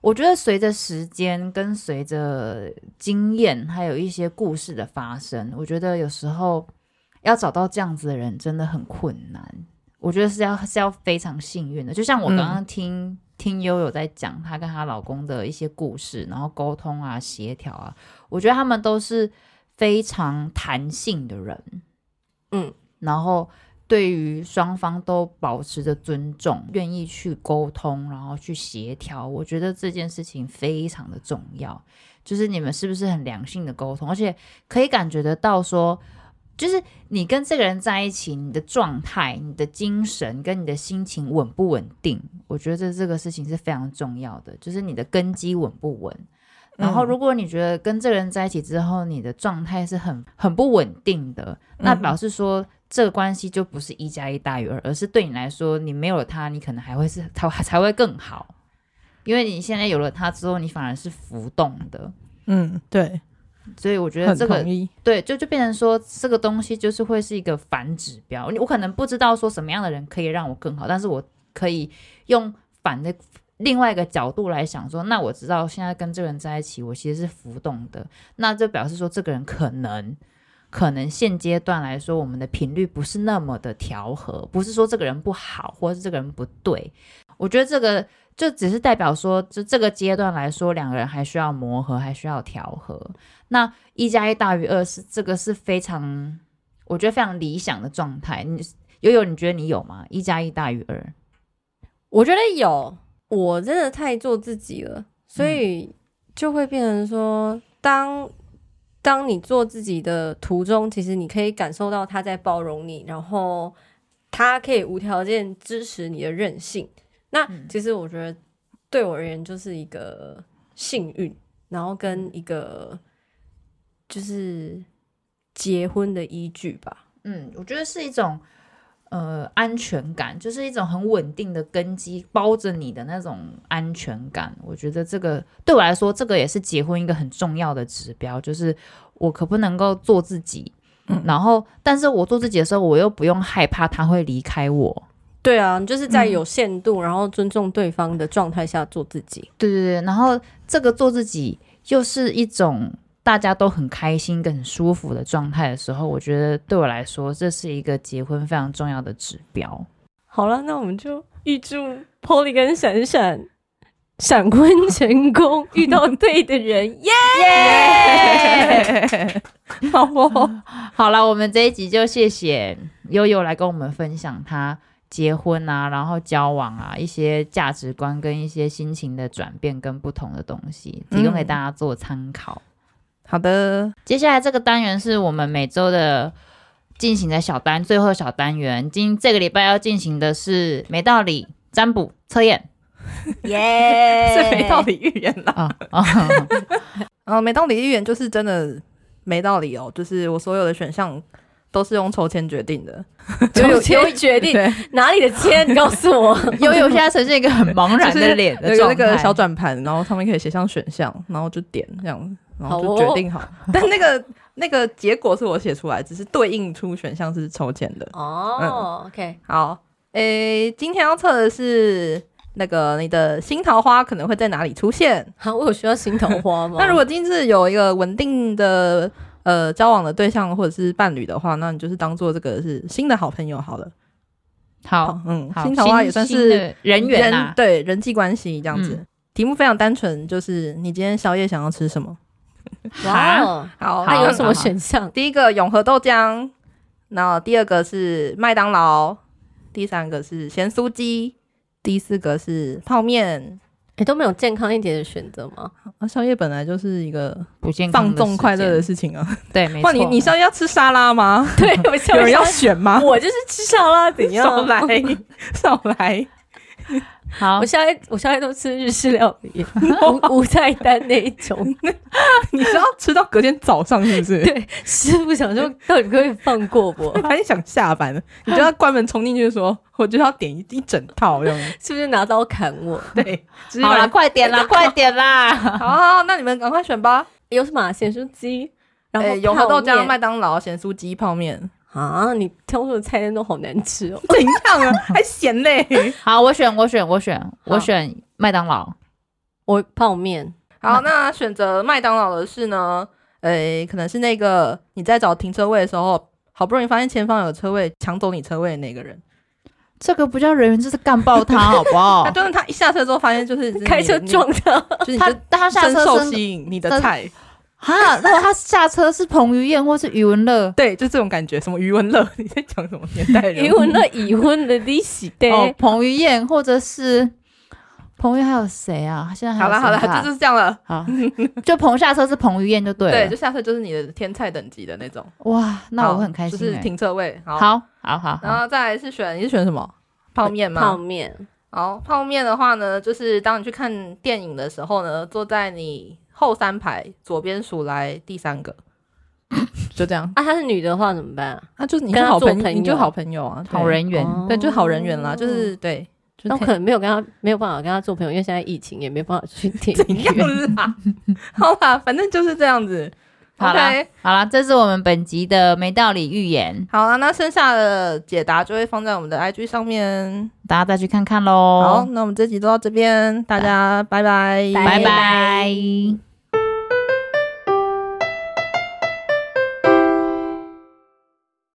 Speaker 2: 我觉得随着时间跟随着经验，还有一些故事的发生，我觉得有时候要找到这样子的人真的很困难。我觉得是要是要非常幸运的，就像我刚刚听、听悠悠在讲她跟她老公的一些故事，然后沟通啊、协调啊，我觉得他们都是非常弹性的人，
Speaker 3: 嗯，
Speaker 2: 然后对于双方都保持着尊重，愿意去沟通，然后去协调，我觉得这件事情非常的重要，就是你们是不是很良性的沟通，而且可以感觉得到说。就是你跟这个人在一起，你的状态、你的精神跟你的心情稳不稳定，我觉得这个事情是非常重要的，就是你的根基稳不稳。然
Speaker 1: 嗯
Speaker 2: 后，如果你觉得跟这个人在一起之后，你的状态是很很不稳定的，那
Speaker 1: 嗯
Speaker 2: 表示说这个关系就不是一加一大于二，而是对你来说，你没有了他，你可能还会是才才会更好，因为你现在有了他之后，你反而是浮动的。
Speaker 1: 嗯，对，
Speaker 2: 所以我觉得
Speaker 1: 很
Speaker 2: 这个
Speaker 1: 同意。
Speaker 2: 对，就就变成说这个东西就是会是一个反指标。我可能不知道说什么样的人可以让我更好，但是我可以用反的另外一个角度来想说，那我知道现在跟这个人在一起，我其实是浮动的，那就表示说这个人可能。可能现阶段来说，我们的频率不是那么的调和，不是说这个人不好，或是这个人不对。我觉得这个就只是代表说，就这个阶段来说，两个人还需要磨合，还需要调和。那一加一大于二是这个是非常，我觉得非常理想的状态。你悠悠，你觉得你有吗？一加一大于二，
Speaker 3: 我觉得有，我真的太做自己了，所
Speaker 2: 嗯
Speaker 3: 以就会变成说，当当你做自己的途中，其实你可以感受到他在包容你，然后他可以无条件支持你的任性。那
Speaker 2: 嗯
Speaker 3: 其实我觉得对我而言就是一个幸运，然后
Speaker 2: 嗯
Speaker 3: 跟一个就是结婚的依据吧。
Speaker 2: 嗯，我觉得是一种呃安全感，就是一种很稳定的根基，包着你的那种安全感。我觉得这个对我来说，这个也是结婚一个很重要的指标，就是我可不能够做自己。
Speaker 1: 嗯
Speaker 2: 然后，但是我做自己的时候，我又不用害怕他会离开我。
Speaker 3: 对啊，就是在
Speaker 2: 嗯
Speaker 3: 有限度，然后尊重对方的状态下做自己。
Speaker 2: 对对对，然后这个做自己又是一种大家都很开心、跟很舒服的状态的时候，我觉得对我来说，这是一个结婚非常重要的指标。
Speaker 3: 好了，那我们就预祝 Polly 跟闪闪闪婚成功，遇到对的 [laughs] 人，耶、好哦，
Speaker 2: [laughs] 好了，我们这一集就谢谢悠悠来跟我们分享她结婚啊，然后交往啊，一些价值观跟一些心情的转变跟不同的东西，提供给
Speaker 1: 嗯
Speaker 2: 大家做参考。
Speaker 1: 好 [laughs] 的，
Speaker 2: 接下来这个单元是我们每周的进行的小单，最后小单元。今这个礼拜要进行的是没道理占卜测验
Speaker 3: [laughs] 耶
Speaker 1: 这没道。理预言啦。[laughs]
Speaker 2: 啊啊！
Speaker 1: 啊，没道理预言就是真的没道理哦，就是我所有的选项都是用抽签决定的。
Speaker 3: 就有
Speaker 1: 抽签
Speaker 3: 有决定
Speaker 1: 对，
Speaker 3: 哪里的签，你告诉 [laughs] 我。
Speaker 2: 悠悠现在呈现一个很茫然的脸
Speaker 1: 有
Speaker 2: 的
Speaker 1: 一个
Speaker 2: 状
Speaker 1: 那
Speaker 2: 态，
Speaker 1: 个 [laughs] 小转盘，然后上面可以写上选项，然后就点这样子，然后就
Speaker 2: 哦
Speaker 1: 决定好。 [laughs] 但那个那个结果是我写出来，只是对应出选项是抽签的。
Speaker 3: 哦、o k
Speaker 1: 好，诶，今天要测的是那个你的新桃花可能会在哪里出现。
Speaker 3: 好，我有需要心桃花吗？
Speaker 1: 那如果今日有一个稳定的呃交往的对象或者是伴侣的话，那你就是当做这个是新的好朋友好了。
Speaker 2: 好
Speaker 1: 嗯，
Speaker 2: 好
Speaker 1: 新桃花也算
Speaker 2: 新
Speaker 1: 是
Speaker 2: 的人啊缘呐、
Speaker 1: 对人际关系这样子。
Speaker 2: 嗯
Speaker 1: 题目非常单纯，就是你今天宵夜想要吃什么？
Speaker 3: 哇
Speaker 2: 哈
Speaker 3: 哦，
Speaker 1: 好
Speaker 3: 那有
Speaker 2: 好
Speaker 3: 什么选项？
Speaker 1: 第一个永和豆浆，然后第二个是麦当劳，第三个是咸酥鸡，第四个是泡面。
Speaker 3: 哎、都没有健康一点的选择吗？
Speaker 1: 啊，宵夜本来就是一个
Speaker 2: 不健康
Speaker 1: 放
Speaker 2: 的
Speaker 1: 纵快乐的
Speaker 2: 时
Speaker 1: 事情啊。
Speaker 2: 间，对，没
Speaker 1: 哇，
Speaker 2: 错。
Speaker 1: 你你宵夜要吃沙拉吗？
Speaker 3: [laughs] 对，我想
Speaker 1: 有人要选
Speaker 2: [laughs]
Speaker 1: 吗？
Speaker 3: 我就是吃沙拉，怎
Speaker 1: [laughs]
Speaker 3: 样？
Speaker 1: 少来，少来！
Speaker 2: 好
Speaker 3: 我，现在我现在都吃日式料 [laughs] 理，无无菜单那一种。
Speaker 1: 你是要吃到隔天早上是不是？
Speaker 3: 对，师傅想说， [laughs] 到底可不可以放过
Speaker 1: [laughs]
Speaker 3: 我？
Speaker 1: 他也想下班了，你就要关门冲进去说，我就要点一一整套这样子。 [laughs]
Speaker 3: 是不是拿刀砍我？
Speaker 1: 对，直接
Speaker 2: 好
Speaker 1: 把
Speaker 2: 啦，快
Speaker 1: [laughs]
Speaker 2: 点啦，快点啦！ [laughs]
Speaker 1: 好好好，那你们赶快选吧。
Speaker 3: 有什么啊咸酥鸡，然后
Speaker 1: 哎永和豆
Speaker 3: 泡
Speaker 1: 浆、
Speaker 3: 面
Speaker 1: 麦当劳、咸酥鸡、泡面，
Speaker 3: 啊？你挑出的菜单都好难吃哦。
Speaker 1: 怎样 [laughs] 啊？还咸嘞！
Speaker 2: 好，我选，我选，我选，
Speaker 3: 好
Speaker 2: 我选麦当劳。
Speaker 3: 我泡面，
Speaker 1: 好，那选择麦当劳的是呢？诶，可能是那个你在找停车位的时候，好不容易发现前方有车位，抢走你车位的那个人。
Speaker 2: 这个不叫人缘，这是干爆
Speaker 1: [laughs]
Speaker 2: 他，好不好
Speaker 1: 他？就是他一下车之后，发现就是 [laughs]
Speaker 3: 开车，撞他，
Speaker 1: 就是你
Speaker 2: 他
Speaker 1: 就
Speaker 2: 他下
Speaker 1: 深
Speaker 2: 车
Speaker 1: 受
Speaker 2: 深
Speaker 1: 吸引你的
Speaker 2: 真
Speaker 1: 菜。
Speaker 2: 啊，如果他下车是彭于晏或是余文乐，
Speaker 1: 对，就这种感觉。什么余文乐？你在讲什么年代人物？
Speaker 2: 哦
Speaker 3: 因为那已婚的利息对，
Speaker 2: 哦，彭于晏或者是彭于还有谁啊？现在还有
Speaker 1: 好了
Speaker 2: 谁
Speaker 1: 好了，
Speaker 2: 啊
Speaker 1: 就就是这样了。
Speaker 2: 好，就彭下车是彭于晏就对了。
Speaker 1: [laughs] 对，就下车就是你的天菜等级的那种。
Speaker 2: 哇，那
Speaker 1: 好
Speaker 2: 我很开心、
Speaker 1: 就
Speaker 2: 欸。
Speaker 1: 是停车位。好，嗯
Speaker 2: 好好好
Speaker 1: 然
Speaker 2: 好，
Speaker 1: 后再来是选，你是选什么？泡面吗？
Speaker 3: 泡面，
Speaker 1: 好，泡面的话呢，就是当你去看电影的时候呢，坐在你后三排，左边数来第三个， [laughs] 就这样。
Speaker 3: 啊，她是女的话怎么办啊？
Speaker 1: 啊，就是你
Speaker 3: 跟
Speaker 1: 是
Speaker 3: 他
Speaker 1: 好
Speaker 3: 做
Speaker 1: 朋友，
Speaker 3: 朋
Speaker 1: 你就
Speaker 3: 友
Speaker 1: 好朋友啊，对
Speaker 2: 好人缘。
Speaker 3: 哦
Speaker 1: 对，就好人缘啦，就是对，就
Speaker 3: 那
Speaker 1: 是
Speaker 3: 我可能没有跟她没有办法跟她做朋友，因为现在疫情也没办法
Speaker 1: [laughs]
Speaker 3: 去电
Speaker 1: 怎
Speaker 3: 影
Speaker 1: 样
Speaker 3: 院。
Speaker 1: [laughs] 啦？好啦，反正就是这样子。
Speaker 2: 好啦
Speaker 1: OK，
Speaker 2: 好啦，这是我们本集的没道理预言，
Speaker 1: 好了，啊那剩下的解答就会放在我们的 IG 上面。
Speaker 2: 大家再去看看
Speaker 1: 好
Speaker 2: 喽，。
Speaker 1: 那我们这集就到这边，大家拜拜，
Speaker 2: 拜
Speaker 3: 拜
Speaker 2: 拜
Speaker 3: 拜